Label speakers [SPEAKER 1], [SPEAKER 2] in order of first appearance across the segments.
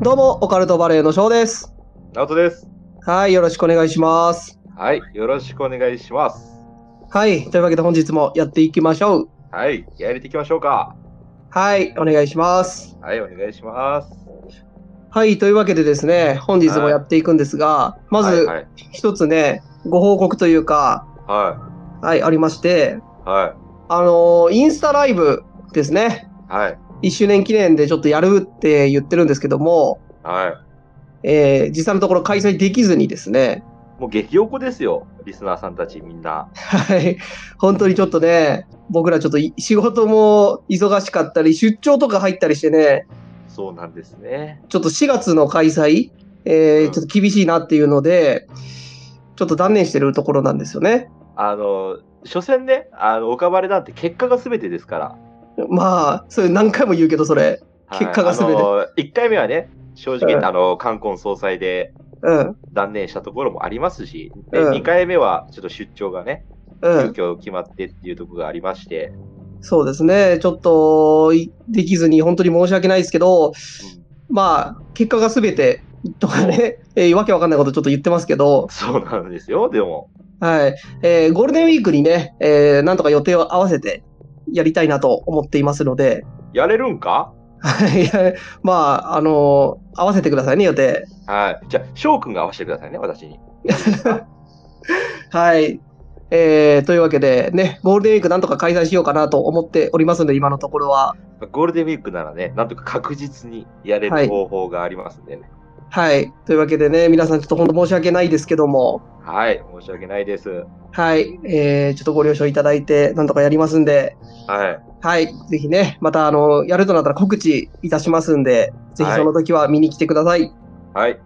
[SPEAKER 1] どうも、オカルトバレーの翔です。
[SPEAKER 2] ナオトです。
[SPEAKER 1] はい、よろしくお願いします。
[SPEAKER 2] はい、よろしくお願いします。
[SPEAKER 1] はい、というわけで本日もやっていきましょう。
[SPEAKER 2] はい、やりていきましょうか。
[SPEAKER 1] はい、お願いします。
[SPEAKER 2] はい、お願いします。
[SPEAKER 1] はい、というわけでですね、本日もやっていくんですが、まず
[SPEAKER 2] はい、
[SPEAKER 1] 一つね、ご報告というか、
[SPEAKER 2] は
[SPEAKER 1] はい、ありまして、
[SPEAKER 2] い、は
[SPEAKER 1] あのーインスタライブですね、
[SPEAKER 2] い、はい、
[SPEAKER 1] 1周年記念でちょっとやるって言ってるんですけども、
[SPEAKER 2] は
[SPEAKER 1] えー実際のところ開催できずにですね、
[SPEAKER 2] い。もう激おこですよ、リスナーさんたちみんな。
[SPEAKER 1] はい。本当にちょっとね、僕らちょっとい仕事も忙しかったり、出張とか入ったりしてね、
[SPEAKER 2] そうなんですね。
[SPEAKER 1] ちょっと4月の開催、え
[SPEAKER 2] う
[SPEAKER 1] ー、
[SPEAKER 2] ん
[SPEAKER 1] ちょっと厳しいなっていうので、ちょっと断念してるところなんですよね。
[SPEAKER 2] あの、所詮ね、あの、岡バレなんて結果が全てですから。
[SPEAKER 1] まあ、それ何回も言うけど、それ。
[SPEAKER 2] はい
[SPEAKER 1] 結果が全て
[SPEAKER 2] あの、1回目はね、正直、
[SPEAKER 1] うん
[SPEAKER 2] あの、冠婚葬祭で
[SPEAKER 1] うん、
[SPEAKER 2] 断念したところもありますし、で
[SPEAKER 1] うん
[SPEAKER 2] 2回目はちょっと出張がね、
[SPEAKER 1] う
[SPEAKER 2] 急
[SPEAKER 1] ん。
[SPEAKER 2] 遽決まってっていうところがありまして、
[SPEAKER 1] そうですね。ちょっと、いできずに本当に申し訳ないですけど、
[SPEAKER 2] うん
[SPEAKER 1] まあ、結果が全てとかね、えーわけわかんないことちょっと言ってますけど、
[SPEAKER 2] そうなんですよ、でも。
[SPEAKER 1] はい。えーゴールデンウィークにね、えーなんとか予定を合わせてやりたいなと思っていますので、
[SPEAKER 2] やれるんか
[SPEAKER 1] はい。 まあ、あのー合わせてくださいね、予定。
[SPEAKER 2] はい。じゃあ、翔くんが合わせてくださいね、私に。
[SPEAKER 1] はい。えーというわけで、ね、ゴールデンウィークなんとか開催しようかなと思っておりますので、今のところは。
[SPEAKER 2] ゴールデンウィークならね、なんとか確実にやれ
[SPEAKER 1] はい
[SPEAKER 2] る方法がありますんでね。
[SPEAKER 1] はい。というわけでね、皆さんちょっと本当申し訳ないですけども、
[SPEAKER 2] はい、申し訳ないです。
[SPEAKER 1] はい。えーちょっとご了承いただいて、なんとかやりますんで、
[SPEAKER 2] はい。
[SPEAKER 1] はい。ぜひね、また、あの、やるとなったら告知いたしますんで、ぜひその時は見に来てください。
[SPEAKER 2] はい。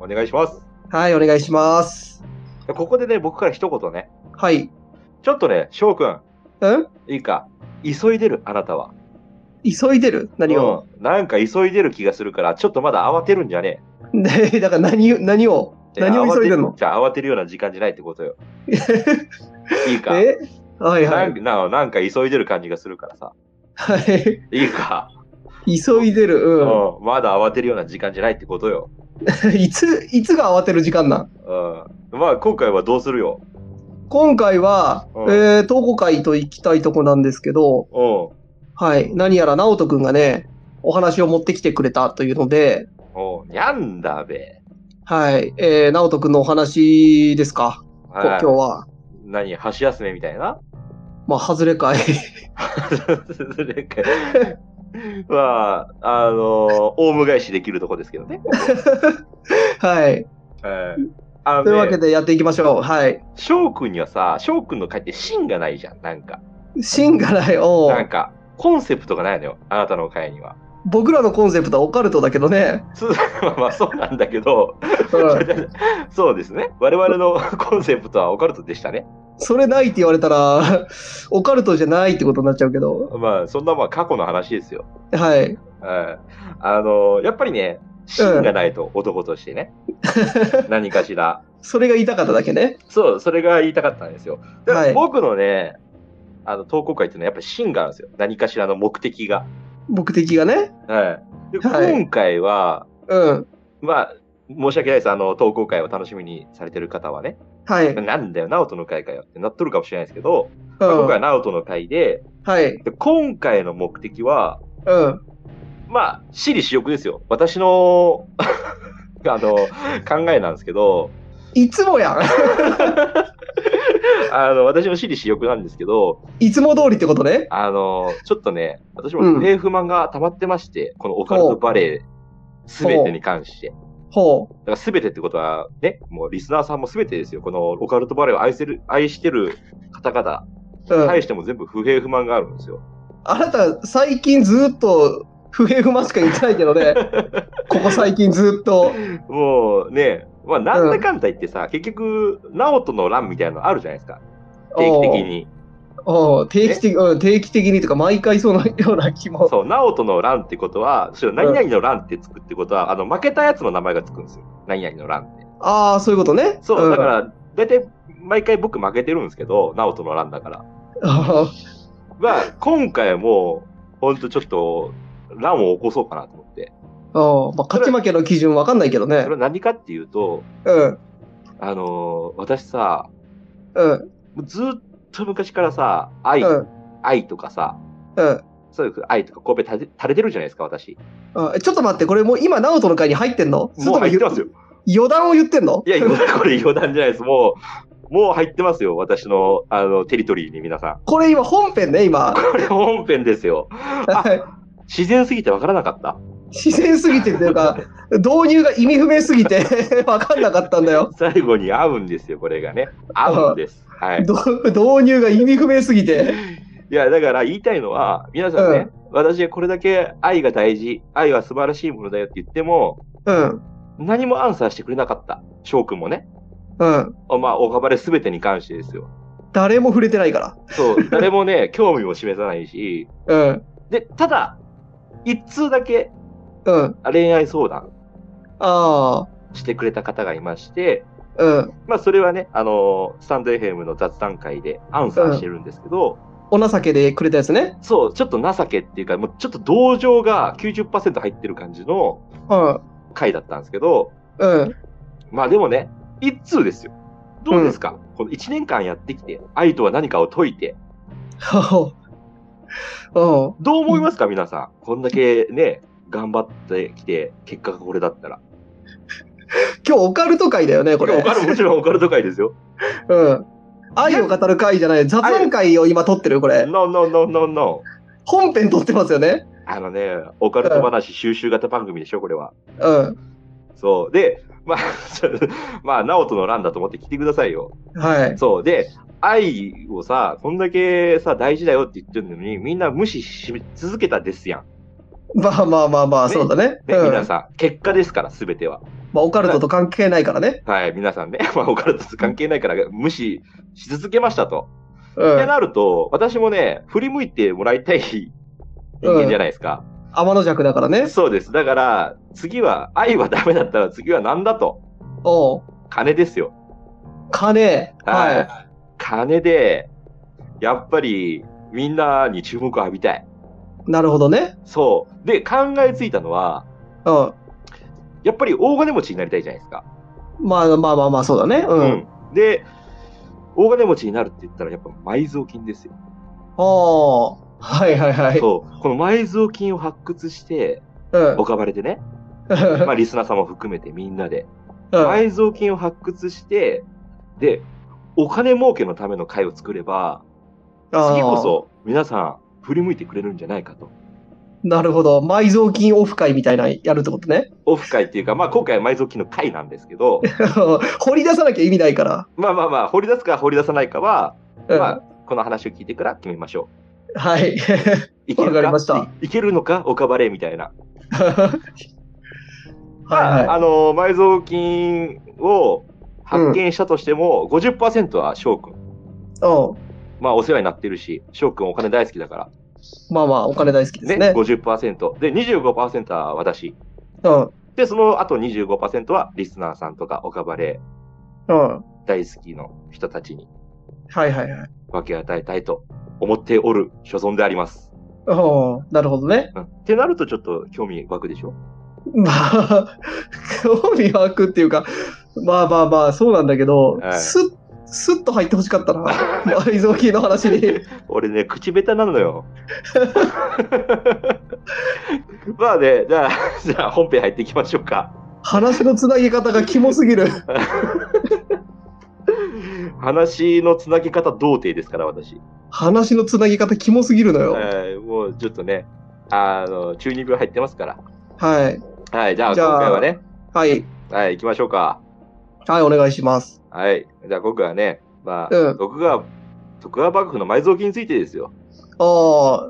[SPEAKER 2] お願いします。
[SPEAKER 1] はい、お願いします。
[SPEAKER 2] ここでね、僕から一言ね。
[SPEAKER 1] はい。
[SPEAKER 2] ちょっとね、翔くん、
[SPEAKER 1] うん
[SPEAKER 2] いいか。急いでる、あなたは。
[SPEAKER 1] 急いでる何を、
[SPEAKER 2] うんなんか急いでる気がするから、ちょっとまだ慌てるんじゃね
[SPEAKER 1] でだから何を、何を、
[SPEAKER 2] え。
[SPEAKER 1] 何を急いでん
[SPEAKER 2] 慌
[SPEAKER 1] の
[SPEAKER 2] てじゃあ慌てるような時間じゃないってこと よ。いいか。
[SPEAKER 1] えはいは
[SPEAKER 2] なん
[SPEAKER 1] い。
[SPEAKER 2] かななんか急いでる感じがするからさ。
[SPEAKER 1] はい
[SPEAKER 2] いか。
[SPEAKER 1] い。急いでる。う
[SPEAKER 2] うん、まだ慌てるような時間じゃないってことよ。
[SPEAKER 1] ん。 いつ、いつが慌てる時間なん
[SPEAKER 2] うん。まあ、今回はどうするよ。
[SPEAKER 1] 今回は、
[SPEAKER 2] うん
[SPEAKER 1] えー、東湖会と行きたいとこなんですけど、
[SPEAKER 2] うん。
[SPEAKER 1] はい。何やら直人くんがね、お話を持ってきてくれたというので、
[SPEAKER 2] おうにゃんだべ。
[SPEAKER 1] はい。えー、直人くんのお話ですか、こ
[SPEAKER 2] はい
[SPEAKER 1] 今日は。
[SPEAKER 2] 何箸休めみたいな
[SPEAKER 1] まあ、外れ会。
[SPEAKER 2] それかまあ、あのー、オウム返しできるとこですけどね。
[SPEAKER 1] はい。
[SPEAKER 2] うん。あ
[SPEAKER 1] というわけ
[SPEAKER 2] のね、
[SPEAKER 1] でやっていきましょう。はい。
[SPEAKER 2] 翔くんにはさ、翔くんの回って芯がないじゃん、なんか。
[SPEAKER 1] 芯がない。おう
[SPEAKER 2] なんか、コンセプトがないのよ、あなたの回には。
[SPEAKER 1] 僕らのコンセプトはオカルトだけどね。
[SPEAKER 2] つまあ、そうなんだけど、
[SPEAKER 1] うん、
[SPEAKER 2] そうですね。我々のコンセプトはオカルトでしたね。
[SPEAKER 1] それないって言われたら、 オカルトじゃないってことになっちゃうけど。
[SPEAKER 2] まあ、そんなまあ過去の話ですよ。
[SPEAKER 1] はい。
[SPEAKER 2] はい。あの、やっぱりね、芯がないと、男としてね。何かしら。
[SPEAKER 1] それが言いたかっただけね。
[SPEAKER 2] そう、それが言いたかったんですよ。で
[SPEAKER 1] はい
[SPEAKER 2] 僕のね、あの、投稿会っていうのはやっぱり芯があるんですよ。何かしらの目的が。
[SPEAKER 1] 目的がね。
[SPEAKER 2] はい。で
[SPEAKER 1] はい
[SPEAKER 2] 今回は、
[SPEAKER 1] うん。
[SPEAKER 2] まあ、申し訳ないです。あの、投稿会を楽しみにされてる方はね。
[SPEAKER 1] はい。うん、
[SPEAKER 2] なんだよ、ナオトの会かよってなっとるかもしれないですけど、まあ今回はナオトの会で
[SPEAKER 1] はい。
[SPEAKER 2] で、今回の目的は、
[SPEAKER 1] うん。
[SPEAKER 2] まあ、私利私欲ですよ。私の、 あの、考えなんですけど、
[SPEAKER 1] いつもやん。
[SPEAKER 2] あの、私の私利私欲なんですけど、
[SPEAKER 1] いつも通りってことね。
[SPEAKER 2] あの、ちょっとね、私
[SPEAKER 1] うん
[SPEAKER 2] も不平不満が溜まってまして、このオカルトバレー、すべてに関して。
[SPEAKER 1] ほう。
[SPEAKER 2] だからすべてってことは、ね、もうリスナーさんもすべてですよ。このオカルトバレーを愛せる、愛してる方々、
[SPEAKER 1] うん
[SPEAKER 2] 対しても全部不平不満があるんですよ。
[SPEAKER 1] あなた、最近ずっと不平不満しか言ってないけど ね。ここ最近ずっと。
[SPEAKER 2] もうね、まあ、なんだかんだ言ってさ、結局、ナオトの乱みたいなのあるじゃないですか。定期的に。
[SPEAKER 1] おう。おう定期的、うん、定期的にとか、毎回そのような気も。
[SPEAKER 2] そう、ナオトの乱ってことは、それ何々の乱ってつくってことは、あの、負けたやつの名前がつくんですよ。何々の乱って。
[SPEAKER 1] ああ、そういうことね。
[SPEAKER 2] そう、
[SPEAKER 1] ん
[SPEAKER 2] だ か。ら、大体、毎回僕負けてるんですけど、ナオトの乱だから。
[SPEAKER 1] あ
[SPEAKER 2] まあ、今回も、ほんとちょっと、乱を起こそうかなと思って。
[SPEAKER 1] あああまあ、勝ち負けの基準わかんないけど
[SPEAKER 2] そ
[SPEAKER 1] ね
[SPEAKER 2] れ。は何かっていうと、
[SPEAKER 1] うん。
[SPEAKER 2] あのー私さ、
[SPEAKER 1] うん。
[SPEAKER 2] もうずっと昔からさ、愛、
[SPEAKER 1] うん。
[SPEAKER 2] 愛とかさ、
[SPEAKER 1] うん。
[SPEAKER 2] そういう愛とか神戸垂れ垂れてるじゃないですか、私。
[SPEAKER 1] あえちょっと待って、これもう今、ナオトの会に入ってんのそれ
[SPEAKER 2] もう
[SPEAKER 1] とも
[SPEAKER 2] 入ってます
[SPEAKER 1] 余
[SPEAKER 2] よ。
[SPEAKER 1] 余談を言ってんの
[SPEAKER 2] いや、 余談これ余談じゃないです。もう、もう入ってますよ、私の、あの、テリトリーに皆さん。
[SPEAKER 1] これ今本編ね、今。
[SPEAKER 2] これ本編ですよ。
[SPEAKER 1] は
[SPEAKER 2] 自然すぎてわからなかった。
[SPEAKER 1] い自然すぎてというか、導入が意味不明すぎて わかんなかったんだよ。
[SPEAKER 2] 最後に合うんですよ、これがね。合うんです。はい。
[SPEAKER 1] ど導入が意味不明すぎて。
[SPEAKER 2] いや、だから言いたいのは、皆さんね、私がこれだけ愛が大事、愛は素晴らしいものだよって言っても、
[SPEAKER 1] うん。
[SPEAKER 2] 何もアンサーしてくれなかった。翔くんもね。
[SPEAKER 1] うん。
[SPEAKER 2] あまあ、おかばれすべてに関してですよ。
[SPEAKER 1] 誰も触れてないか
[SPEAKER 2] そう、誰もね、興味も示さないし。
[SPEAKER 1] ら。うん。
[SPEAKER 2] で、ただ、一通だけ
[SPEAKER 1] うん。
[SPEAKER 2] 恋愛相談
[SPEAKER 1] ああ。
[SPEAKER 2] してくれた方がいまして、
[SPEAKER 1] うん。
[SPEAKER 2] まあ、それはね、あのースタンド FM の雑談会でアンサーしてるんですけど、
[SPEAKER 1] お情けでくれたやつね。
[SPEAKER 2] そう、ちょっと情けっていうか、もうちょっと同情が90%入ってる感じの
[SPEAKER 1] うん。
[SPEAKER 2] 回だったんですけど、
[SPEAKER 1] うん。
[SPEAKER 2] まあでもね、一通ですよ。どうですか、この1年間やってきて、愛とは何かを解いて、
[SPEAKER 1] はほ。うん。
[SPEAKER 2] どう思いますか、皆さん。こんだけね、頑張ってきて、結果がこれだったら。
[SPEAKER 1] 今日オカルト会だよね、こ
[SPEAKER 2] これ、
[SPEAKER 1] れ
[SPEAKER 2] オ。カルもちろんオカルト会ですよ。
[SPEAKER 1] うん。愛を語る会じゃない、雑談会を今撮ってるよ、これ。
[SPEAKER 2] No, no, no, no, no.
[SPEAKER 1] 本編撮ってますよね。
[SPEAKER 2] あのね、オカルト話収集型番組でしょ、これは。
[SPEAKER 1] うん。
[SPEAKER 2] そう。で、まあ、 ちょまあ、ナオトの欄だと思って来てくださいよ。
[SPEAKER 1] はい。
[SPEAKER 2] そう。で、愛をさ、こんだけさ、大事だよって言ってるのに、みんな無視し続けたですやん。
[SPEAKER 1] まあまあまあまあ、
[SPEAKER 2] ね
[SPEAKER 1] そうだね。
[SPEAKER 2] ね、
[SPEAKER 1] うん。
[SPEAKER 2] 皆さん、結果ですから、すべては。
[SPEAKER 1] まあ、オカルトと関係ないからね。
[SPEAKER 2] はい、皆さんね、 まあ、オカルトと関係ないから無視し続けましたと。
[SPEAKER 1] う
[SPEAKER 2] って
[SPEAKER 1] ん。
[SPEAKER 2] なると、私もね、振り向いてもらいたい人間じゃないですか。
[SPEAKER 1] 天の弱だからね。
[SPEAKER 2] そうです。だから、次は、愛はダメだったら次は何だと。
[SPEAKER 1] おう
[SPEAKER 2] 金ですよ。
[SPEAKER 1] 金。
[SPEAKER 2] はい。
[SPEAKER 1] は
[SPEAKER 2] 金で、やっぱり、みんなに注目を浴びたい。
[SPEAKER 1] い。なるほどね。
[SPEAKER 2] そう。で、考えついたのは、
[SPEAKER 1] うん。
[SPEAKER 2] やっぱり大金持ちになりたいじゃないですか。
[SPEAKER 1] まあまあまあまあ、そうだね。う。
[SPEAKER 2] うんで、大金持ちになるって言ったら、やっぱ埋蔵金ですよ。
[SPEAKER 1] おうはいはいはい。
[SPEAKER 2] そう。この埋蔵金を発掘して、
[SPEAKER 1] うん。
[SPEAKER 2] おかばれ でね、まあ、リスナーさんも含めてみんなで、
[SPEAKER 1] うん
[SPEAKER 2] 埋蔵金を発掘して、で、お金儲けのための会を作れば、次こ。そ皆さん振り向いてくれるんじゃないかと。
[SPEAKER 1] あーなるほど。埋蔵金オフ会みたいなのやるってことね。
[SPEAKER 2] オフ会っていうか、まあ今回は埋蔵金の会なんですけど、
[SPEAKER 1] 掘り出さなきゃ意味ないから。
[SPEAKER 2] まあまあまあ、掘り出すか掘り出さないかは、
[SPEAKER 1] うん。
[SPEAKER 2] まあこの話を聞いてから決めましょ
[SPEAKER 1] はい。
[SPEAKER 2] う。いける
[SPEAKER 1] わか
[SPEAKER 2] か
[SPEAKER 1] りました
[SPEAKER 2] いいけるのか、おかばれみたいな。
[SPEAKER 1] はい
[SPEAKER 2] まあ
[SPEAKER 1] は
[SPEAKER 2] あの、埋蔵金を発見したとしても、50%は翔くん。
[SPEAKER 1] い。うん。
[SPEAKER 2] まあ、お世話になってるし、翔くんお金大好きだから。
[SPEAKER 1] まあまあ、お金大好きです
[SPEAKER 2] ね。
[SPEAKER 1] ね。
[SPEAKER 2] 50%。で、25%は私。
[SPEAKER 1] うん。
[SPEAKER 2] で、その後25%はリスナーさんとか、オカバレ
[SPEAKER 1] うん。
[SPEAKER 2] 大好きの人たちに
[SPEAKER 1] はいはいはい。
[SPEAKER 2] 分け与えたいと思っておる所存であります。
[SPEAKER 1] おーなるほどね。
[SPEAKER 2] うん。ってなるとちょっと興味湧くでしょ
[SPEAKER 1] まあ、 興味湧くっていうか、まあまあまあ、そうなんだけど、
[SPEAKER 2] はい
[SPEAKER 1] すっ、すっと入ってほしかったな。 埋蔵金の話に。
[SPEAKER 2] 俺ね、口下手なのよ。 まあね、じゃあ、 じゃあ本編入っていきましょうか。
[SPEAKER 1] 話のつなぎ方がキモすぎる。
[SPEAKER 2] 話のつなぎ方童貞ですから、私。
[SPEAKER 1] 話のつなぎ方キモすぎるのよ。はい。
[SPEAKER 2] えーもうちょっとね、あの、中二病入ってますから。
[SPEAKER 1] はい。
[SPEAKER 2] はい、じゃあ
[SPEAKER 1] じゃあ
[SPEAKER 2] 今回はね、
[SPEAKER 1] はい、
[SPEAKER 2] はい、行きましょうか。
[SPEAKER 1] お願いします。
[SPEAKER 2] はい、じゃあ今回はね、まあ、
[SPEAKER 1] うん
[SPEAKER 2] 徳川、徳川幕府の埋蔵金についてですよ。
[SPEAKER 1] あ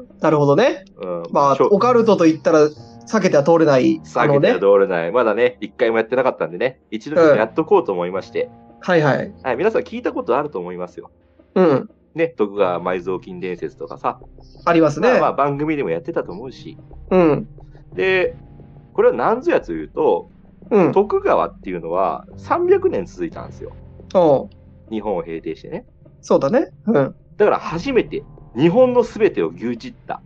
[SPEAKER 1] あ、なるほどね。
[SPEAKER 2] うん、
[SPEAKER 1] まあ
[SPEAKER 2] し、ょ
[SPEAKER 1] オカルトと言ったら避けては通れない。あ
[SPEAKER 2] 下
[SPEAKER 1] の
[SPEAKER 2] げて
[SPEAKER 1] ね
[SPEAKER 2] は。通れない。まだね、一回もやってなかったんでね、一度ちょっとやっとこうと思いまして、
[SPEAKER 1] はいはい。
[SPEAKER 2] はい、皆さん聞いたことあると思いますよ。
[SPEAKER 1] うん。
[SPEAKER 2] ね、徳川埋蔵金伝説とかさ、
[SPEAKER 1] ありますね。
[SPEAKER 2] まあまあ番組でもやってたと思うし、
[SPEAKER 1] うん。
[SPEAKER 2] で、これは何ぞやというと、
[SPEAKER 1] うん。
[SPEAKER 2] 徳川っていうのは300年続いたんですよ。
[SPEAKER 1] おう
[SPEAKER 2] 日本を平定してね。
[SPEAKER 1] そうだね。うん。
[SPEAKER 2] だから初めて日本の全てを牛耳った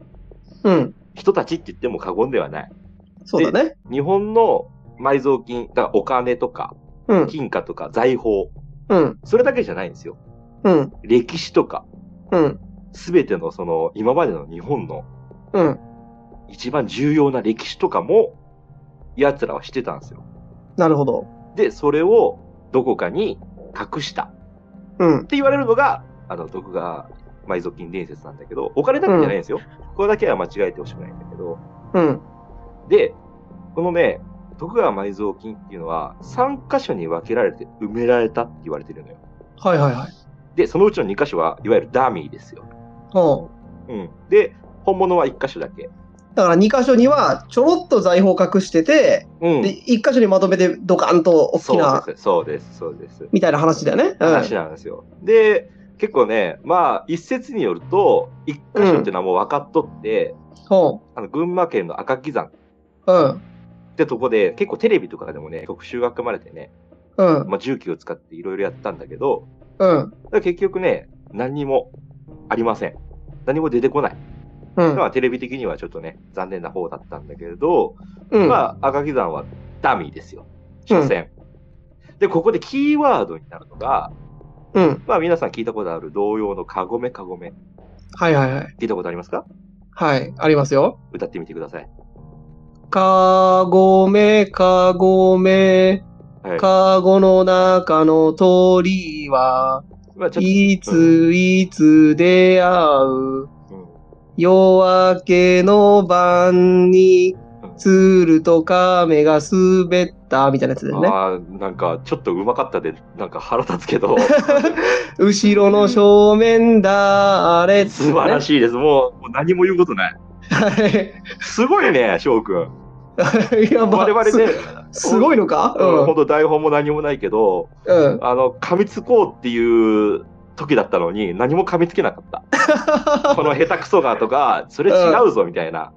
[SPEAKER 1] うん。
[SPEAKER 2] 人たちって言っても過言ではない。
[SPEAKER 1] そうだね。
[SPEAKER 2] 日本の埋蔵金、だからお金とか、
[SPEAKER 1] うん。
[SPEAKER 2] 金貨とか財宝、
[SPEAKER 1] うん。
[SPEAKER 2] それだけじゃないんですよ。
[SPEAKER 1] うん。
[SPEAKER 2] 歴史とか、
[SPEAKER 1] うん。
[SPEAKER 2] すべてのその、今までの日本の
[SPEAKER 1] うん。
[SPEAKER 2] 一番重要な歴史とかも、奴らはしてたんですよ。
[SPEAKER 1] なるほど。
[SPEAKER 2] で、それをどこかに隠したっ
[SPEAKER 1] うん。
[SPEAKER 2] て言われるのが、あの、徳川埋蔵金伝説なんだけど、お金だけじゃないんですよ。これだけは間違えてほしくないんだけど。
[SPEAKER 1] うん。
[SPEAKER 2] で、このね、徳川埋蔵金っていうのは、3箇所に分けられて埋められたって言われてるのよ。
[SPEAKER 1] はいはいはい。
[SPEAKER 2] で、そのうちの2箇所は、いわゆるダミーですよ。
[SPEAKER 1] うん。
[SPEAKER 2] うん。で、本物は1箇所だけ。
[SPEAKER 1] だから2箇所にはちょろっと財宝隠してて、
[SPEAKER 2] うん。
[SPEAKER 1] で1箇所にまとめてドカンと大きな、
[SPEAKER 2] そうです、そうです、そうです。
[SPEAKER 1] みたいな話だよね。うん、
[SPEAKER 2] 話なんですよ。で、結構ね、まあ、一説によると、一箇所っていうのはもう分かっとって、
[SPEAKER 1] ほ
[SPEAKER 2] あの、群馬県の赤木山
[SPEAKER 1] う。うん。
[SPEAKER 2] ってとこで、結構テレビとかでもね、特集が組まれてね、
[SPEAKER 1] うん。
[SPEAKER 2] まあ、重機を使っていろいろやったんだけど、
[SPEAKER 1] うん。
[SPEAKER 2] だから結局ね、何にもありません。何も出てこない。
[SPEAKER 1] うん。
[SPEAKER 2] まあ、テレビ的にはちょっとね、残念な方だったんだけれど、
[SPEAKER 1] うん。
[SPEAKER 2] まあ、赤木山はダミーですよ。所詮。で、ここでキーワードになるのが、
[SPEAKER 1] うん。
[SPEAKER 2] まあ、皆さん聞いたことある同様のカゴメカゴメ。
[SPEAKER 1] はいはいはい。
[SPEAKER 2] 聞いたことありますか
[SPEAKER 1] はい。ありますよ。
[SPEAKER 2] 歌ってみてください。
[SPEAKER 1] かごめ、かごめ、
[SPEAKER 2] はい。
[SPEAKER 1] かごの中の鳥は、
[SPEAKER 2] まあ、ちょっ
[SPEAKER 1] いついつ出会う。
[SPEAKER 2] と、うん
[SPEAKER 1] 夜明けの晩に、鶴と亀が滑った、みたいなやつだよね。
[SPEAKER 2] あーなんか、ちょっとうまかったで、なんか腹立つけ ど、
[SPEAKER 1] 後ろの正面だ、あれ。
[SPEAKER 2] 素晴ら
[SPEAKER 1] い。
[SPEAKER 2] しいです。もう、もう何も言うことない。すごいね、翔くん。
[SPEAKER 1] はい。やば
[SPEAKER 2] 我々ね、
[SPEAKER 1] すすごいのか
[SPEAKER 2] うん、ほん
[SPEAKER 1] う
[SPEAKER 2] と台本も何もないけど、
[SPEAKER 1] ん。うん。
[SPEAKER 2] あの、噛みつこうっていう時だったのに、何も噛みつけなかった。 この下手くそがとか、それ違うぞみたいな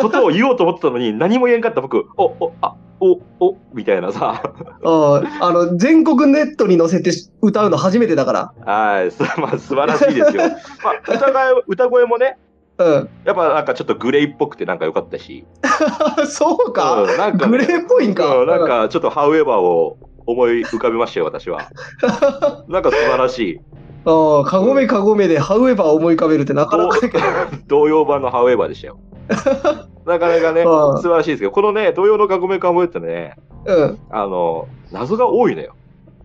[SPEAKER 2] ことを言おうと思ってたのに、何も言えんかった僕、お、お、あ、お、お、みたいなさ。
[SPEAKER 1] うんあの、全国ネットに載せて歌うの初めてだか
[SPEAKER 2] はい、す まあ、素晴らしいで すよ。まあ、歌声歌声もね、
[SPEAKER 1] ら。
[SPEAKER 2] やっぱなんかちょっとグレーっぽくてなんか良かったし。
[SPEAKER 1] うん。そうか。
[SPEAKER 2] うんなんか
[SPEAKER 1] グ
[SPEAKER 2] ね
[SPEAKER 1] レーっぽいんか。
[SPEAKER 2] うんなんかちょっとハウエバーを思い浮かべましたよ、私 は。なんか素晴らしい。
[SPEAKER 1] うん。かごめかごめで、ハウエバー思い浮かべるってなかなかだけど。
[SPEAKER 2] 同様版のハウエバーでしたよ。なかなかね、
[SPEAKER 1] うん
[SPEAKER 2] 素晴らしいですけど、このね、同様のカゴメカゴメってね、
[SPEAKER 1] うん。
[SPEAKER 2] あの、謎が多いのよ。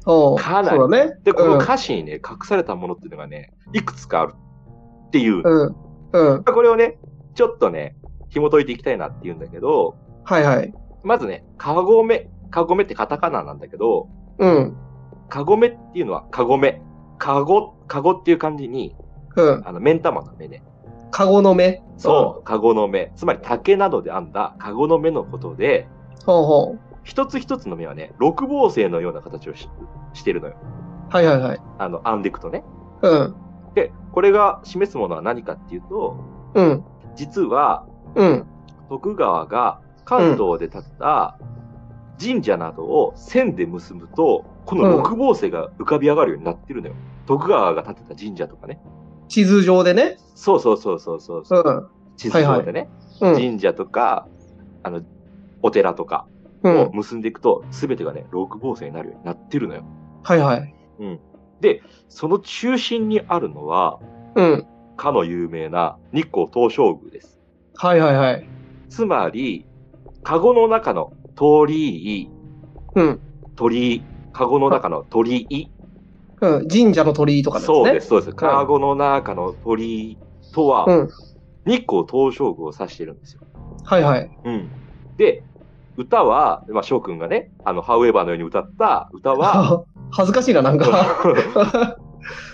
[SPEAKER 1] うん
[SPEAKER 2] かなり
[SPEAKER 1] そうだね。
[SPEAKER 2] で、この
[SPEAKER 1] うん
[SPEAKER 2] 歌詞にね、隠されたものっていうのがね、いくつかあるっていう。
[SPEAKER 1] うん。うん。
[SPEAKER 2] これをね、ちょっとね、紐解いていきたいなっていうんだけど、
[SPEAKER 1] はいはい。
[SPEAKER 2] まずね、カゴメ。カゴメってカタカナなんだけど、
[SPEAKER 1] うん。
[SPEAKER 2] カゴメっていうのはカゴメ。カゴ、カゴっていう漢字に、
[SPEAKER 1] うん。
[SPEAKER 2] あの、目ん玉の目ね。
[SPEAKER 1] かごの目。
[SPEAKER 2] そう、カゴの目。つまり竹などで編んだカゴの目のことで、
[SPEAKER 1] うん。ほうほ
[SPEAKER 2] 一つ一つの目はね、六芒星のような形をししてるのよ。
[SPEAKER 1] う。はいはいはい。
[SPEAKER 2] あの、編んでいくとね。
[SPEAKER 1] うん。
[SPEAKER 2] で、これが示すものは何かっていうと、
[SPEAKER 1] うん。
[SPEAKER 2] 実は
[SPEAKER 1] うん。
[SPEAKER 2] 徳川が関東で建てた神社などを線で結ぶと、この六芒星が浮かび上がるようになってるのよ。徳川が建てた神社とかね。
[SPEAKER 1] 地図上でね。
[SPEAKER 2] そうそうそうそうそう
[SPEAKER 1] う
[SPEAKER 2] そう。
[SPEAKER 1] ん。
[SPEAKER 2] 地図上でね、
[SPEAKER 1] うん。
[SPEAKER 2] 神社とか、あの、お寺とか
[SPEAKER 1] う
[SPEAKER 2] を
[SPEAKER 1] ん。
[SPEAKER 2] 結んでいくと、すべてがね、六芒星になるようになってるのよ。
[SPEAKER 1] はいはい。
[SPEAKER 2] その中心にあるのは、
[SPEAKER 1] うん。
[SPEAKER 2] かの有名な日光東照宮です。
[SPEAKER 1] はいはいはい。
[SPEAKER 2] つまり、カゴの中の鳥居、
[SPEAKER 1] うん。
[SPEAKER 2] 鳥居、カゴの中の鳥居。
[SPEAKER 1] うん。神社の鳥居とかですね。
[SPEAKER 2] そうです、そうです。カゴの中の鳥居とは、
[SPEAKER 1] うん。
[SPEAKER 2] 日光東照宮を指してるんですよ。
[SPEAKER 1] はいはい。
[SPEAKER 2] うん。で、歌は、まあ、翔くんがね、あの、ハウエバーのように歌った 歌は、
[SPEAKER 1] 恥ずかしいな、なんか。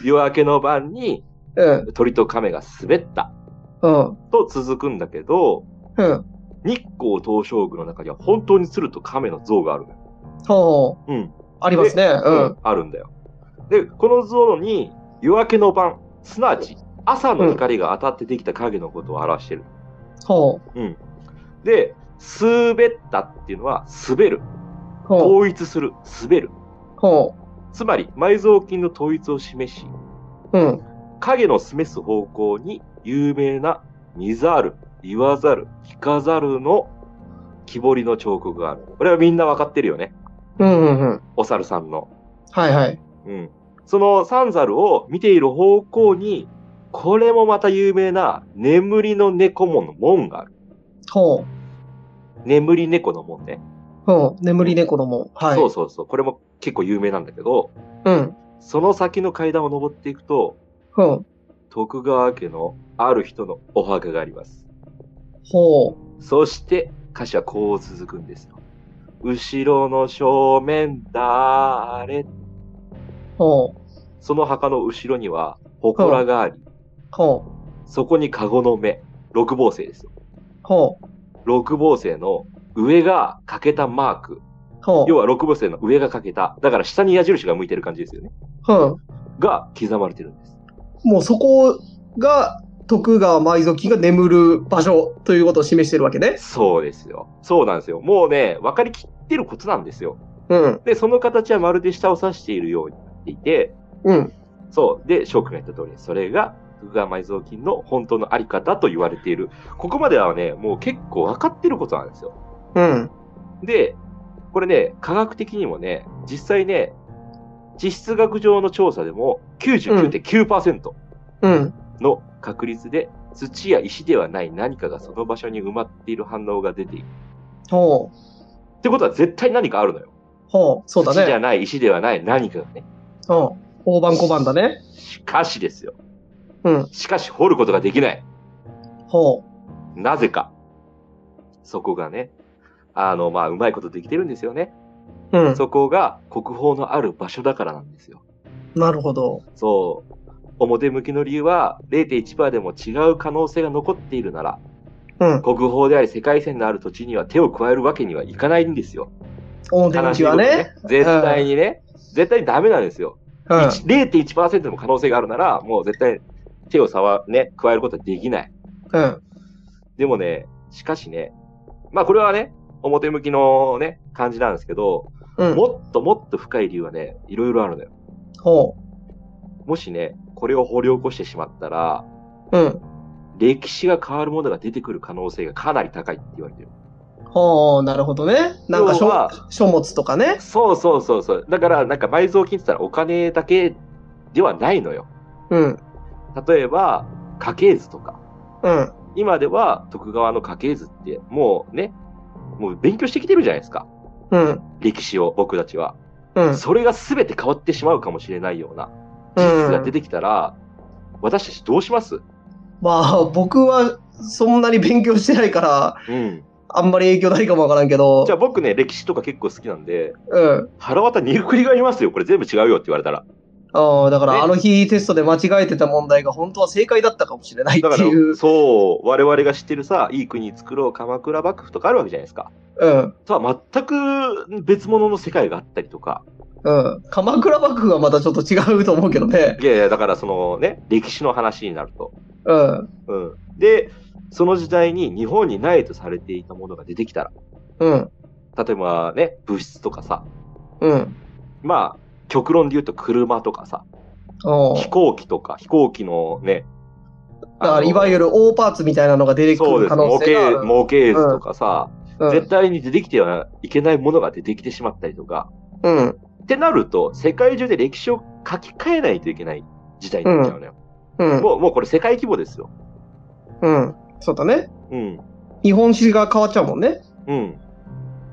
[SPEAKER 2] 夜明けの晩に
[SPEAKER 1] うん。
[SPEAKER 2] 鳥と亀が滑った
[SPEAKER 1] うん。
[SPEAKER 2] と続くんだけど、
[SPEAKER 1] うん。
[SPEAKER 2] 日光東照宮の中には本当に鶴と亀の像があるのよ。
[SPEAKER 1] ほう。
[SPEAKER 2] うん。
[SPEAKER 1] ありますね。うん。
[SPEAKER 2] あるんだよ。で、この像に夜明けの晩、すなわち朝の光が当たってできた影のことを表してる。
[SPEAKER 1] ほ
[SPEAKER 2] で、滑ったっていうのは滑る、
[SPEAKER 1] う。ほう。
[SPEAKER 2] 統一する、滑る。
[SPEAKER 1] ほ
[SPEAKER 2] つまり埋蔵金の統一を示し、
[SPEAKER 1] う。うん。
[SPEAKER 2] 影の示す方向に有名な見ざる、言わざる、聞かざるの木彫りの彫刻がある。これはみんなわかってるよね。
[SPEAKER 1] うんうんうん。
[SPEAKER 2] お猿さんの。
[SPEAKER 1] はいはい。
[SPEAKER 2] うん。その三猿を見ている方向に、これもまた有名な眠りの猫門の門がある。
[SPEAKER 1] ほ
[SPEAKER 2] 眠り猫の門ね。
[SPEAKER 1] う。ほう。眠り猫のも。はい。
[SPEAKER 2] そうそうそう。これも結構有名なんだけど、
[SPEAKER 1] うん。
[SPEAKER 2] その先の階段を登っていくと、
[SPEAKER 1] ほう。
[SPEAKER 2] 徳川家のある人のお墓があります。
[SPEAKER 1] ほう。
[SPEAKER 2] そして歌詞はこう続くんですよ。後ろの正面だーれ。
[SPEAKER 1] ほう。
[SPEAKER 2] その墓の後ろには祠があり、
[SPEAKER 1] ほ
[SPEAKER 2] そこに籠の目、六芒星ですよ。
[SPEAKER 1] う。ほう。
[SPEAKER 2] 六芒星の上が欠けたマーク。
[SPEAKER 1] ほう。
[SPEAKER 2] 要は六芒星の上が欠けた。だから下に矢印が向いてる感じですよね。
[SPEAKER 1] うん。
[SPEAKER 2] が刻まれてるんです。
[SPEAKER 1] もうそこが徳川埋蔵金が眠る場所ということを示してるわけね。
[SPEAKER 2] そうですよ。そうなんですよ。もうね、分かりきってることなんですよ。
[SPEAKER 1] うん。
[SPEAKER 2] で、その形はまるで下を指しているようになっていて、
[SPEAKER 1] うん。
[SPEAKER 2] そう。で、翔くんが言った通りです、それが、徳川埋蔵金の本当のあり方と言われている。ここまではね、もう結構分かってることなんですよ。
[SPEAKER 1] うん。
[SPEAKER 2] で、これね、科学的にもね、実際ね、地質学上の調査でも99.9%
[SPEAKER 1] うん。
[SPEAKER 2] の確率で、土や石ではない何かがその場所に埋まっている反応が出ている。
[SPEAKER 1] ほう。
[SPEAKER 2] ってことは絶対何かあるのよ。
[SPEAKER 1] ほう。そうだ
[SPEAKER 2] 土じゃ
[SPEAKER 1] ね。
[SPEAKER 2] ない、石ではない何かがね。
[SPEAKER 1] うん。大判小判だね。
[SPEAKER 2] しかしですよ。
[SPEAKER 1] うん。
[SPEAKER 2] しかし掘ることができない。
[SPEAKER 1] ほ
[SPEAKER 2] なぜか。そこがね、あの、まあ、うまいことできてるんですよね。
[SPEAKER 1] う。うん。
[SPEAKER 2] そこが国宝のある場所だからなんですよ。
[SPEAKER 1] なるほど。
[SPEAKER 2] そう。表向きの理由は0.1%でも違う可能性が残っているなら、
[SPEAKER 1] うん。
[SPEAKER 2] 国宝であり世界遺産のある土地には手を加えるわけにはいかないんですよ。
[SPEAKER 1] 表向きはね。
[SPEAKER 2] こと絶対にね、絶対にダメなんですよ。
[SPEAKER 1] うん。
[SPEAKER 2] 一0.1%でも可能性があるなら、もう絶対手を触、ね、加えることはできない。
[SPEAKER 1] うん。
[SPEAKER 2] でもね、しかしね、まあこれはね、表向きのね、感じなんですけど、
[SPEAKER 1] うん。
[SPEAKER 2] もっともっと深い理由はね、いろいろあるのよ。
[SPEAKER 1] ほ
[SPEAKER 2] もしね、これを掘り起こしてしまったら、
[SPEAKER 1] う。うん。
[SPEAKER 2] 歴史が変わるものが出てくる可能性がかなり高いって言われてる。
[SPEAKER 1] ほう。なるほどね。なんか
[SPEAKER 2] 要は
[SPEAKER 1] 書書物とかね。
[SPEAKER 2] そうそうそうそう。だから、なんか埋蔵金って言ったらお金だけではないのよ。
[SPEAKER 1] うん。
[SPEAKER 2] 例えば、家系図とか。
[SPEAKER 1] うん。
[SPEAKER 2] 今では徳川の家系図って、もうね、もう勉強してきてるじゃないですか。
[SPEAKER 1] うん。
[SPEAKER 2] 歴史を、僕たちは。
[SPEAKER 1] うん。
[SPEAKER 2] それが全て変わってしまうかもしれないような
[SPEAKER 1] う
[SPEAKER 2] 事
[SPEAKER 1] ん
[SPEAKER 2] 実が出てきたら、私たちどうします
[SPEAKER 1] まあ、僕はそんなに勉強してないから、
[SPEAKER 2] うん。
[SPEAKER 1] あんまり影響ないかもわからんけど。
[SPEAKER 2] じゃあ僕ね、歴史とか結構好きなんで、
[SPEAKER 1] うん。
[SPEAKER 2] 腹渡にゆっくりがいますよ。これ全部違うよって言われたら。
[SPEAKER 1] ああ、だから
[SPEAKER 2] ね
[SPEAKER 1] あの日テストで間違えてた問題が本当は正解だったかもしれないって
[SPEAKER 2] だから
[SPEAKER 1] いう。、
[SPEAKER 2] そう、我々が知ってるさ、いい国作ろう、鎌倉幕府とかあるわけじゃないですか。
[SPEAKER 1] うん。
[SPEAKER 2] とは全く別物の世界があったりとか。
[SPEAKER 1] うん。鎌倉幕府はまたちょっと違うと思うけどね。
[SPEAKER 2] いやいや、だからそのね、歴史の話になると。
[SPEAKER 1] うん。
[SPEAKER 2] うん。で、その時代に日本にないとされていたものが出てきたら、
[SPEAKER 1] うん。
[SPEAKER 2] 例えばね、物質とかさ、
[SPEAKER 1] うん。
[SPEAKER 2] まあ、極論で言うと車とかさ、
[SPEAKER 1] おう
[SPEAKER 2] 飛行機とか、飛行機のね、
[SPEAKER 1] だからいわゆ
[SPEAKER 2] る
[SPEAKER 1] る大パーツみたいなのが出てく
[SPEAKER 2] そ
[SPEAKER 1] る
[SPEAKER 2] うです
[SPEAKER 1] 可
[SPEAKER 2] 模
[SPEAKER 1] 能性があ
[SPEAKER 2] 型、
[SPEAKER 1] る。
[SPEAKER 2] 模型図とかさ、
[SPEAKER 1] うん
[SPEAKER 2] 絶対に出てきてはいけないものが出てきてしまったりとか、
[SPEAKER 1] うん。
[SPEAKER 2] ってなると、世界中で歴史を書き換えないといけない時代になっちゃうのよ。
[SPEAKER 1] うん。
[SPEAKER 2] もう、もうこれ世界規模ですよ。
[SPEAKER 1] うん。そうだね。
[SPEAKER 2] うん。
[SPEAKER 1] 日本史が変わっちゃうもんね。
[SPEAKER 2] うん。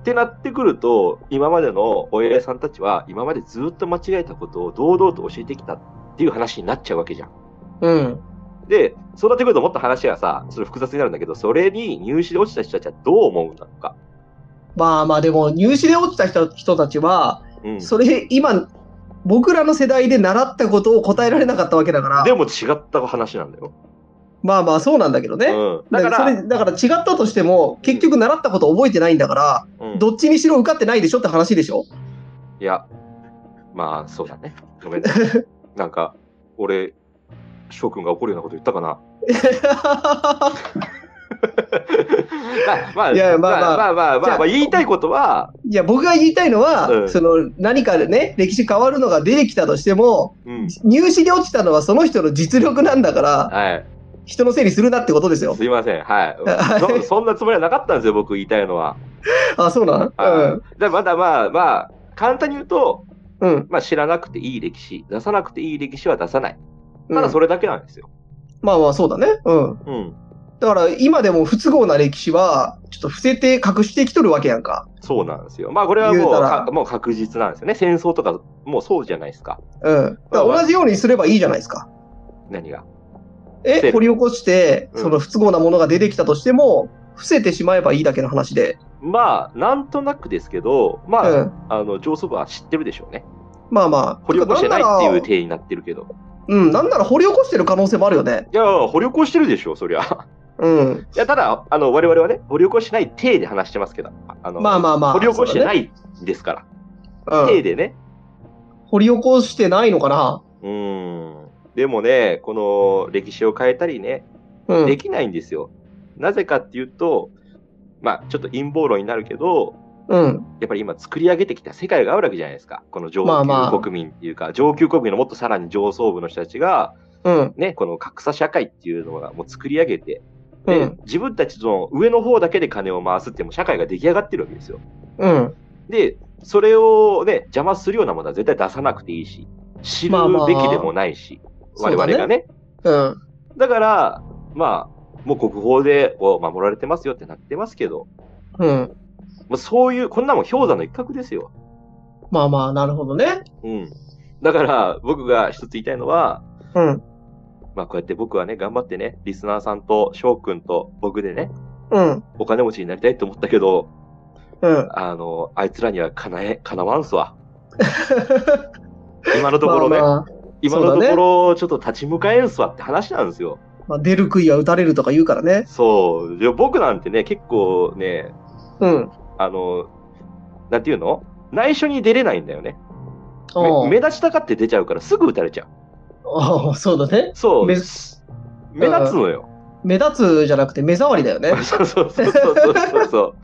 [SPEAKER 2] ってなってくると、今までのお偉いさんたちは、今までずっと間違えたことを堂々と教えてきたっていう話になっちゃうわけじゃん。
[SPEAKER 1] うん。
[SPEAKER 2] で、そうなってくるともっと話がさ、それ複雑になるんだけど、それに入試で落ちた人たちはどう思うんだろうか。
[SPEAKER 1] まあまあでも入試で落ちた人人たちは、
[SPEAKER 2] うん。
[SPEAKER 1] それ今、僕らの世代で習ったことを答えられなかったわけだから
[SPEAKER 2] で、も違った話なんだよ。
[SPEAKER 1] まあまあそうなんだけどね。
[SPEAKER 2] うん。だ
[SPEAKER 1] だ
[SPEAKER 2] か
[SPEAKER 1] から
[SPEAKER 2] ら、
[SPEAKER 1] それだから違ったとしても、結局習ったこと覚えてないんだから、
[SPEAKER 2] うん
[SPEAKER 1] どっちにしろ受かってないでしょって話でしょ
[SPEAKER 2] いや、まあ、そうだね。ごめんね。なんか、俺、翔くんが怒るようなこと言ったかな。 まあ、まあ、
[SPEAKER 1] いやまあまあ
[SPEAKER 2] まあ、まあ、まあ、まあ言いたいことは、
[SPEAKER 1] いや、僕が言いたいのは、
[SPEAKER 2] うん
[SPEAKER 1] その何かでね、歴史変わるのが出てきたとしても、
[SPEAKER 2] うん。
[SPEAKER 1] 入試に落ちたのはその人の実力なんだから、
[SPEAKER 2] はい。
[SPEAKER 1] 人のせいにするなってことですよ。
[SPEAKER 2] すいません。はい。
[SPEAKER 1] はい
[SPEAKER 2] そそんなつもりはなかったんですよ、僕言いたいのは。
[SPEAKER 1] あ、そうなん
[SPEAKER 2] はいでまだまあまあ、簡単に言うと、
[SPEAKER 1] うん。うん。
[SPEAKER 2] まあ、知らなくていい歴史、出さなくていい歴史は出さない。
[SPEAKER 1] う
[SPEAKER 2] ただ
[SPEAKER 1] ん
[SPEAKER 2] それだけなんですよ。
[SPEAKER 1] まあまあ、そうだね。うん。
[SPEAKER 2] うん。
[SPEAKER 1] だから、今でも不都合な歴史は、ちょっと伏せて隠してきとるわけやんか。
[SPEAKER 2] そうなんですよ。まあこれは
[SPEAKER 1] 言う
[SPEAKER 2] もう
[SPEAKER 1] たら
[SPEAKER 2] かもう確実なんですよね。戦争とかもうそうじゃないですか。
[SPEAKER 1] うん。だから同じようにすればいいじゃないですか。
[SPEAKER 2] 何が。
[SPEAKER 1] え、掘り起こして、
[SPEAKER 2] うん
[SPEAKER 1] その不都合なものが出てきたとしても、伏せてしまえばいいだけの話で。
[SPEAKER 2] まあ、なんとなくですけど、ま
[SPEAKER 1] う
[SPEAKER 2] あ、
[SPEAKER 1] ん。
[SPEAKER 2] あの、上層部は知ってるでしょうね。
[SPEAKER 1] まあまあ。
[SPEAKER 2] 掘り起こしてない
[SPEAKER 1] ん
[SPEAKER 2] っていう
[SPEAKER 1] なら
[SPEAKER 2] 体になってるけど。
[SPEAKER 1] うん。なんなら掘り起こしてる可能性もあるよね。
[SPEAKER 2] いや、掘り起こしてるでしょ、そりゃ。
[SPEAKER 1] うん。
[SPEAKER 2] いや、ただ、あの、我々はね、掘り起こしない体で話してますけど、あの、
[SPEAKER 1] まあまあまあ。。
[SPEAKER 2] 掘り起こしてないいですから、
[SPEAKER 1] う
[SPEAKER 2] 体
[SPEAKER 1] ん。
[SPEAKER 2] でね。
[SPEAKER 1] 掘り起こしてないのかな
[SPEAKER 2] うーん。でもね、この歴史を変えたりね、
[SPEAKER 1] うん。
[SPEAKER 2] できないんですよ。なぜかっていうと、まあ、ちょっと陰謀論になるけど、
[SPEAKER 1] うん。
[SPEAKER 2] やっぱり今作り上げてきた世界があるわけじゃないですか。この上
[SPEAKER 1] まあまあ
[SPEAKER 2] 級国民っていうか、上級国民のもっとさらに上層部の人たちが、
[SPEAKER 1] うん。
[SPEAKER 2] ね、この格差社会っていうのがもう作り上げて、
[SPEAKER 1] う
[SPEAKER 2] で
[SPEAKER 1] ん。
[SPEAKER 2] 自分たちの上の方だけで金を回すってもう社会が出来上がってるわけですよ。
[SPEAKER 1] うん。
[SPEAKER 2] で、それをね、邪魔するようなものは絶対出さなくていいし、知る
[SPEAKER 1] まあまあ
[SPEAKER 2] べきでもないし、
[SPEAKER 1] そうだ
[SPEAKER 2] 我
[SPEAKER 1] ね
[SPEAKER 2] 々がね。
[SPEAKER 1] うん。
[SPEAKER 2] だから、まあ、もう国宝でこう守られてますよってなってますけど、
[SPEAKER 1] うん。
[SPEAKER 2] もうそういう、こんなもん氷山の一角ですよ。
[SPEAKER 1] まあまあ、なるほどね。
[SPEAKER 2] うん。だから、僕が一つ言いたいのは、
[SPEAKER 1] うん。
[SPEAKER 2] まあ、こうやって僕はね、頑張ってね、リスナーさんと翔くんと僕でね、
[SPEAKER 1] うん。
[SPEAKER 2] お金持ちになりたいと思ったけど、
[SPEAKER 1] うん。
[SPEAKER 2] あの、あいつらにはかなえ、かなわんすわ。今の ところね、
[SPEAKER 1] まあまあ
[SPEAKER 2] 今のところ、ちょっと立ち向かえんすわって話なんですよ。
[SPEAKER 1] まあ、出る杭は打たれるとか言うからね。
[SPEAKER 2] そう。で僕なんてね、結構ね、
[SPEAKER 1] うん。
[SPEAKER 2] あの、なんていうの内緒に出れないんだよね。め
[SPEAKER 1] おう
[SPEAKER 2] 目立ちたかって出ちゃうからすぐ打たれちゃう。
[SPEAKER 1] おうそうだね。
[SPEAKER 2] そう。目
[SPEAKER 1] 目
[SPEAKER 2] 立つのよ。。
[SPEAKER 1] 目立つじゃなくて目障りだよね
[SPEAKER 2] そうそうそうそうそ うそう。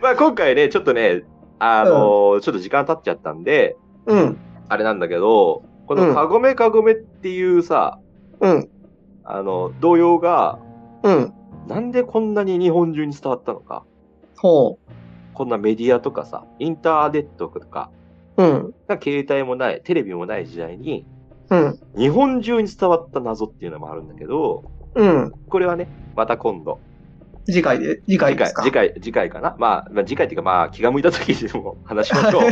[SPEAKER 2] まあ今回ね、ちょっとね、あのーちょっと時間経っちゃったんで、
[SPEAKER 1] うん。
[SPEAKER 2] あれなんだけど、
[SPEAKER 1] う
[SPEAKER 2] この
[SPEAKER 1] ん
[SPEAKER 2] カゴメカゴメっていうさ、
[SPEAKER 1] うん。
[SPEAKER 2] あの、童謡が、
[SPEAKER 1] うん。
[SPEAKER 2] なんでこんなに日本中に伝わったのか。
[SPEAKER 1] ほ
[SPEAKER 2] こんなメディアとかさ、インターネットとか、
[SPEAKER 1] う。うん。
[SPEAKER 2] なんか携帯もない、テレビもない時代に、
[SPEAKER 1] うん。
[SPEAKER 2] 日本中に伝わった謎っていうのもあるんだけど、
[SPEAKER 1] うん。
[SPEAKER 2] これはね、また今度。
[SPEAKER 1] 次回で、次回
[SPEAKER 2] 次
[SPEAKER 1] で
[SPEAKER 2] 回
[SPEAKER 1] す、か。
[SPEAKER 2] 次回、次回かな。まあ、まあ、次回っていうか、まあ、気が向いた時にでも話しましょう。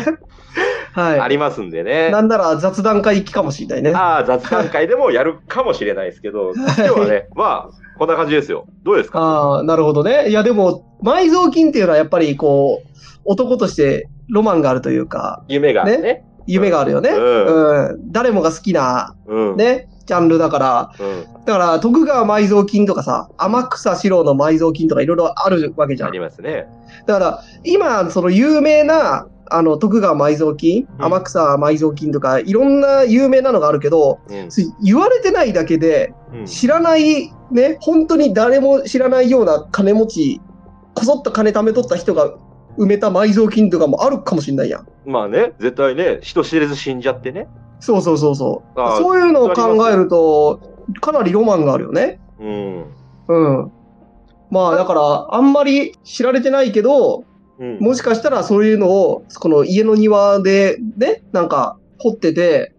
[SPEAKER 1] はい。
[SPEAKER 2] ありますんでね。
[SPEAKER 1] なんなら雑談会行きかもしれないね。
[SPEAKER 2] ああ、雑談会でもやるかもしれないですけど、今日はね、まあ、こんな感じですよ。どうですか
[SPEAKER 1] ああ、なるほどね。いや、でも、埋蔵金っていうのはやっぱりこう、男としてロマンがあるというか、
[SPEAKER 2] 夢がね。
[SPEAKER 1] 夢があるよね。
[SPEAKER 2] うん
[SPEAKER 1] うん誰もが好きな、
[SPEAKER 2] うん。
[SPEAKER 1] ね、ジャンルだから、
[SPEAKER 2] うん。
[SPEAKER 1] だから、徳川埋蔵金とかさ、天草四郎の埋蔵金とかいろいろあるわけじゃ
[SPEAKER 2] あ
[SPEAKER 1] ん。
[SPEAKER 2] りますね。
[SPEAKER 1] だから、今、その有名な、あの、徳川埋蔵金、
[SPEAKER 2] うん
[SPEAKER 1] 天草埋蔵金とか、いろんな有名なのがあるけど、
[SPEAKER 2] うん。
[SPEAKER 1] つい言われてないだけで、
[SPEAKER 2] うん
[SPEAKER 1] 知らない、ね、本当に誰も知らないような金持ち、こそっと金貯めとった人が埋めた埋蔵金とかもあるかもしれないやん。
[SPEAKER 2] まあね、絶対ね、人知れず死んじゃってね。
[SPEAKER 1] そうそうそうそう。
[SPEAKER 2] あー
[SPEAKER 1] そういうのを考えると、かなりロマンがあるよね。
[SPEAKER 2] うん。
[SPEAKER 1] うん。まあだから、あんまり知られてないけど、
[SPEAKER 2] うん。
[SPEAKER 1] もしかしたらそういうのを、この家の庭でね、なんか掘ってて、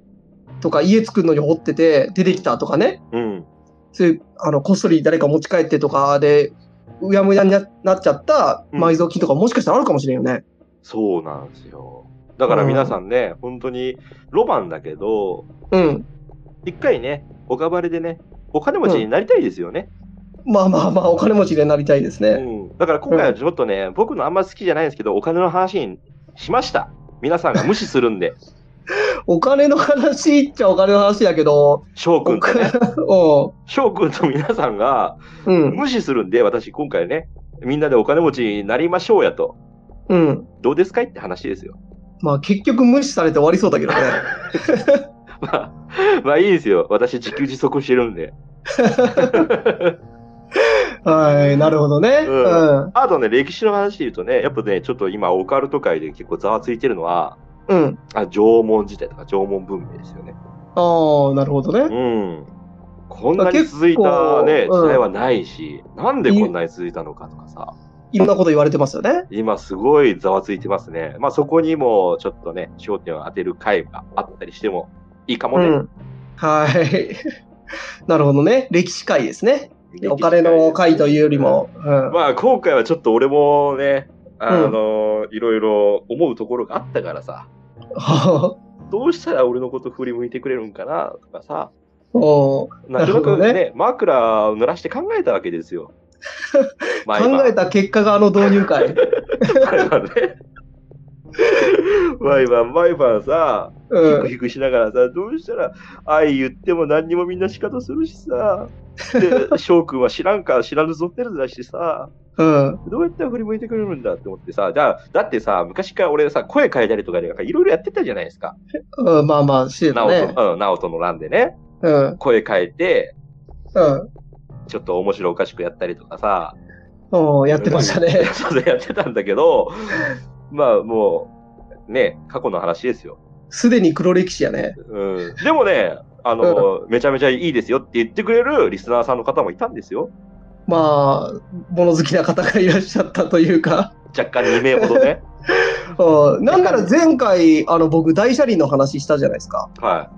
[SPEAKER 1] とか家作るのに掘ってて出てきたとかね、
[SPEAKER 2] うん。
[SPEAKER 1] そういう、あの、こっそり誰か持ち帰ってとかで、うやむやにななっちゃった
[SPEAKER 2] うん
[SPEAKER 1] 埋蔵金とかもしかしたらあるかもしれんよね。
[SPEAKER 2] そうなんですよ。だから皆さんね、本当にロマンだけど、
[SPEAKER 1] うん。
[SPEAKER 2] 一回ね、おかばれでね、お金持ちになりたいですよね。
[SPEAKER 1] まあまあまあ、お金持ちでなりたいです
[SPEAKER 2] う
[SPEAKER 1] ね。
[SPEAKER 2] ん。だから今回はちょっとね、僕のあんま好きじゃないんですけど、お金の話にしました。皆さんが無視する んで、
[SPEAKER 1] お金の話っちゃお金の話やけど、
[SPEAKER 2] 翔く
[SPEAKER 1] お
[SPEAKER 2] んとね
[SPEAKER 1] 金。、う
[SPEAKER 2] 翔くんと皆さんが
[SPEAKER 1] ん。うん。
[SPEAKER 2] 無視するんで、私今回ね、みんなでお金持ちになりましょうやと。
[SPEAKER 1] うん。
[SPEAKER 2] どうですかいって話ですよ。
[SPEAKER 1] まあ結局無視されて終わりそうだけどね。
[SPEAKER 2] まあ、まあいいですよ。私自給自足してるんで。
[SPEAKER 1] はい、なるほどね。
[SPEAKER 2] う
[SPEAKER 1] うんん。
[SPEAKER 2] あとね、歴史の話で言うとね、やっぱね、ちょっと今オカルト界で結構ざわついてるのは、
[SPEAKER 1] うん。
[SPEAKER 2] あ縄文時代とか縄文文明ですよね。
[SPEAKER 1] ああ、なるほどね。
[SPEAKER 2] うん。こんなに続いたね、
[SPEAKER 1] 結構うん
[SPEAKER 2] 時代はないし、なんでこんなに続いたのかとかさ。
[SPEAKER 1] いろんなこと言われてますよね。
[SPEAKER 2] 今すごいざわついてますね。まあそこにもちょっとね、焦点を当てる回があったりしてもいいかも
[SPEAKER 1] う
[SPEAKER 2] ね。
[SPEAKER 1] ん。はい。 なるほどね。歴史界ですね。
[SPEAKER 2] 歴史回
[SPEAKER 1] お金の回というよりも。うん。
[SPEAKER 2] まあ今回はちょっと俺もね、あの、いろいろ思うところがあったからさ、どうしたら俺のこと振り向いてくれるんかなとかさ、
[SPEAKER 1] おー
[SPEAKER 2] なん
[SPEAKER 1] なる
[SPEAKER 2] となく
[SPEAKER 1] ほど
[SPEAKER 2] ね、
[SPEAKER 1] ね
[SPEAKER 2] 枕を濡らして考えたわけで すよ。毎晩
[SPEAKER 1] 考えた結果があの導入会。
[SPEAKER 2] 毎 晩ね。毎晩毎晩さ、
[SPEAKER 1] う
[SPEAKER 2] ヒク
[SPEAKER 1] ん。
[SPEAKER 2] ヒクしながらさ、どうしたら愛言っても何にもみんな仕方するしさ、 で、翔くんは知らんか知らぬぞってるだしさ、
[SPEAKER 1] うん。
[SPEAKER 2] どうやったら振り向いてくれるんだって思ってさ、だだってさ、昔から俺さ、声変えたりとかでなんかいろいろやってたじゃないですか。
[SPEAKER 1] うん、まあまあ、してた
[SPEAKER 2] 直人、
[SPEAKER 1] ね。
[SPEAKER 2] うん、直人の欄でね、
[SPEAKER 1] うん。
[SPEAKER 2] 声変えて、
[SPEAKER 1] うん。
[SPEAKER 2] ちょっと面白おかしくやったりとかさ、
[SPEAKER 1] おーやってましたね。
[SPEAKER 2] そうそうやってたんだけど、まあもう、ね、過去の話ですよ。
[SPEAKER 1] すでに黒歴史やね。
[SPEAKER 2] うん、でもね、あの、めちゃめちゃいいですよって言ってくれるリスナーさんの方もいたんですよ。
[SPEAKER 1] まあ、物好きな方がいらっしゃったというか。
[SPEAKER 2] 若干2名ほ どね。
[SPEAKER 1] うんなんなら前回、あの、僕、大車輪の話したじゃないですか。
[SPEAKER 2] は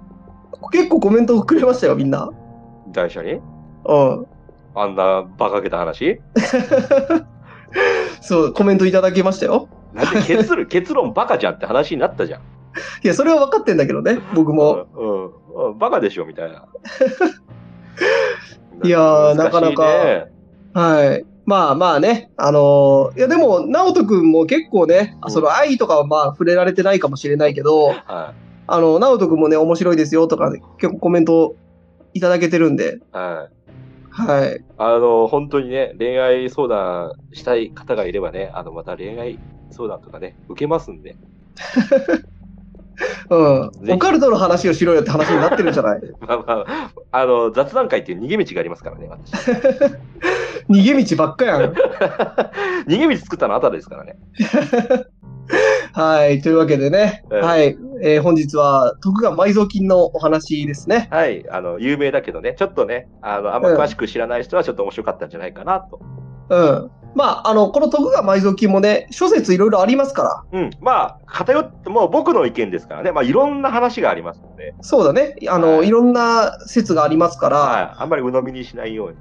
[SPEAKER 1] 結構コメントくれましたよ、みんな。
[SPEAKER 2] い。台車に
[SPEAKER 1] うん。
[SPEAKER 2] あんな馬鹿げた話
[SPEAKER 1] そう、コメントいただきましたよ。
[SPEAKER 2] なんで 結論、結論バカじゃんって話になったじゃん。
[SPEAKER 1] いや、それは分かってんだけどね、僕も。
[SPEAKER 2] うん、うん、バカでしょみたいな。
[SPEAKER 1] いやー
[SPEAKER 2] 難しいね
[SPEAKER 1] なかなはい。まあまあね、あのーいやでも、直人くんも結構ね、
[SPEAKER 2] うん
[SPEAKER 1] その愛とかはまあ触れられてないかもしれないけど、
[SPEAKER 2] は
[SPEAKER 1] あの、直人くんもね、面白いですよとか、ね、結構コメントいただけてるんで、
[SPEAKER 2] い。はい。
[SPEAKER 1] はい。
[SPEAKER 2] あの、本当にね、恋愛相談したい方がいればね、あの、また恋愛相談とかね、受けますんで。
[SPEAKER 1] うん。
[SPEAKER 2] ひ
[SPEAKER 1] オカルトの話をしろよって話になってるんじゃない
[SPEAKER 2] まあまあ、あの、雑談会っていう逃げ道がありますからね、私。
[SPEAKER 1] 逃げ道ばっかやん。
[SPEAKER 2] 逃げ道作ったのあたですからね。
[SPEAKER 1] はい。というわけでね、
[SPEAKER 2] うん
[SPEAKER 1] はい。えー本日は、徳川埋蔵金のお話ですね。
[SPEAKER 2] はい。あの、有名だけどね、ちょっとね、あの、あんま
[SPEAKER 1] うん
[SPEAKER 2] 詳しく知らない人はちょっと面白かったんじゃないかなと。
[SPEAKER 1] うん。まあ、あの、この徳川埋蔵金もね、諸説いろいろありますから、
[SPEAKER 2] うん。まあ、偏って、もう僕の意見ですからね、まあ、いろんな話がありますので、
[SPEAKER 1] そうだね。あの、、
[SPEAKER 2] はいい
[SPEAKER 1] ろんな説がありますから、
[SPEAKER 2] はい。あんまり鵜呑みにしないように。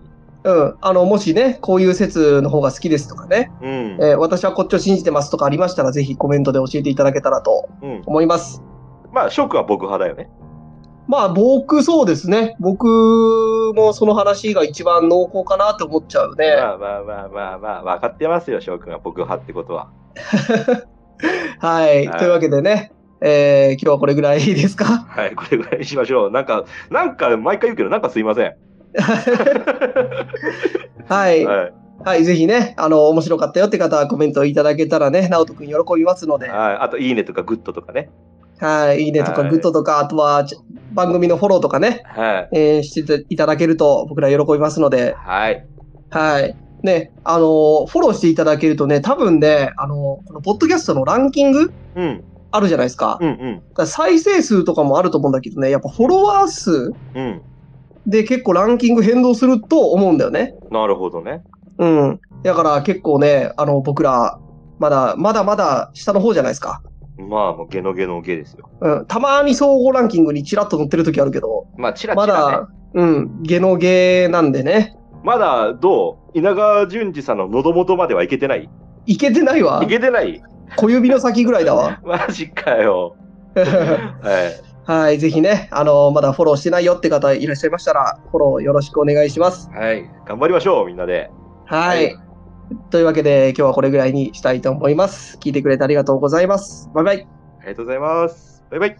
[SPEAKER 1] うん。あの、もしね、こういう説の方が好きですとかね、
[SPEAKER 2] うん。
[SPEAKER 1] えー私はこっちを信じてますとかありましたら、ぜひコメントで教えていただけたらと
[SPEAKER 2] うん。
[SPEAKER 1] 思います。
[SPEAKER 2] まあ、ショックは僕派だよね。
[SPEAKER 1] まあ、僕、そうですね。僕もその話が一番濃厚かなって思っちゃうね。
[SPEAKER 2] まあまあまあまあまあ、分かってますよ、翔くんは僕派ってことは。
[SPEAKER 1] はい。
[SPEAKER 2] はい
[SPEAKER 1] というわけでね、えー今日はこれぐらいですか
[SPEAKER 2] はい、これぐらいにしましょう。なんか、なんか、毎回言うけど、なんかすいません。
[SPEAKER 1] はい。は。
[SPEAKER 2] はい
[SPEAKER 1] ぜひね、あの、面白かったよって方はコメントいただけたらね、直人くん喜びますの
[SPEAKER 2] い。
[SPEAKER 1] で、
[SPEAKER 2] はいあと、いいねとか、グッドとかね。
[SPEAKER 1] はい。いいねとか
[SPEAKER 2] はい
[SPEAKER 1] グッドとか、あとはち番組のフォローとかね、
[SPEAKER 2] はい。
[SPEAKER 1] えーしていただけると僕ら喜びますので、
[SPEAKER 2] はい。
[SPEAKER 1] はい。ね、あの、フォローしていただけるとね、多分ね、あの、このポッドキャストのランキング
[SPEAKER 2] うん、
[SPEAKER 1] あるじゃないですか。
[SPEAKER 2] うん、うん、
[SPEAKER 1] だから再生数とかもあると思うんだけどね、やっぱフォロワー数
[SPEAKER 2] うん。
[SPEAKER 1] で結構ランキング変動すると思うんだよね。
[SPEAKER 2] なるほどね。
[SPEAKER 1] うん。だから結構ね、あの、僕ら、まだ、まだまだ下の方じゃないですか。
[SPEAKER 2] まあ、もう、ゲノゲノゲですよ。
[SPEAKER 1] うん。たまに総合ランキングにチラッと載ってる時あるけど、
[SPEAKER 2] まあ、チラ
[SPEAKER 1] ま
[SPEAKER 2] チラね。
[SPEAKER 1] だ、うん、ゲのゲなんでね、
[SPEAKER 2] まだ、どう稲川淳二さんの喉元まではいけてない
[SPEAKER 1] いけてないわ
[SPEAKER 2] い。けてない
[SPEAKER 1] 小指の先ぐらいだ わ。
[SPEAKER 2] マジかよ。はい。
[SPEAKER 1] はい、ぜひね、あの、まだフォローしてないよって方いらっしゃいましたら、フォローよろしくお願いします。
[SPEAKER 2] はい。頑張りましょう、みんなで。
[SPEAKER 1] はい。というわけで、今日はこれぐらいにしたいと思います。聞いてくれてありがとうございます。バイバイ。
[SPEAKER 2] ありがとうございます。バイバイ。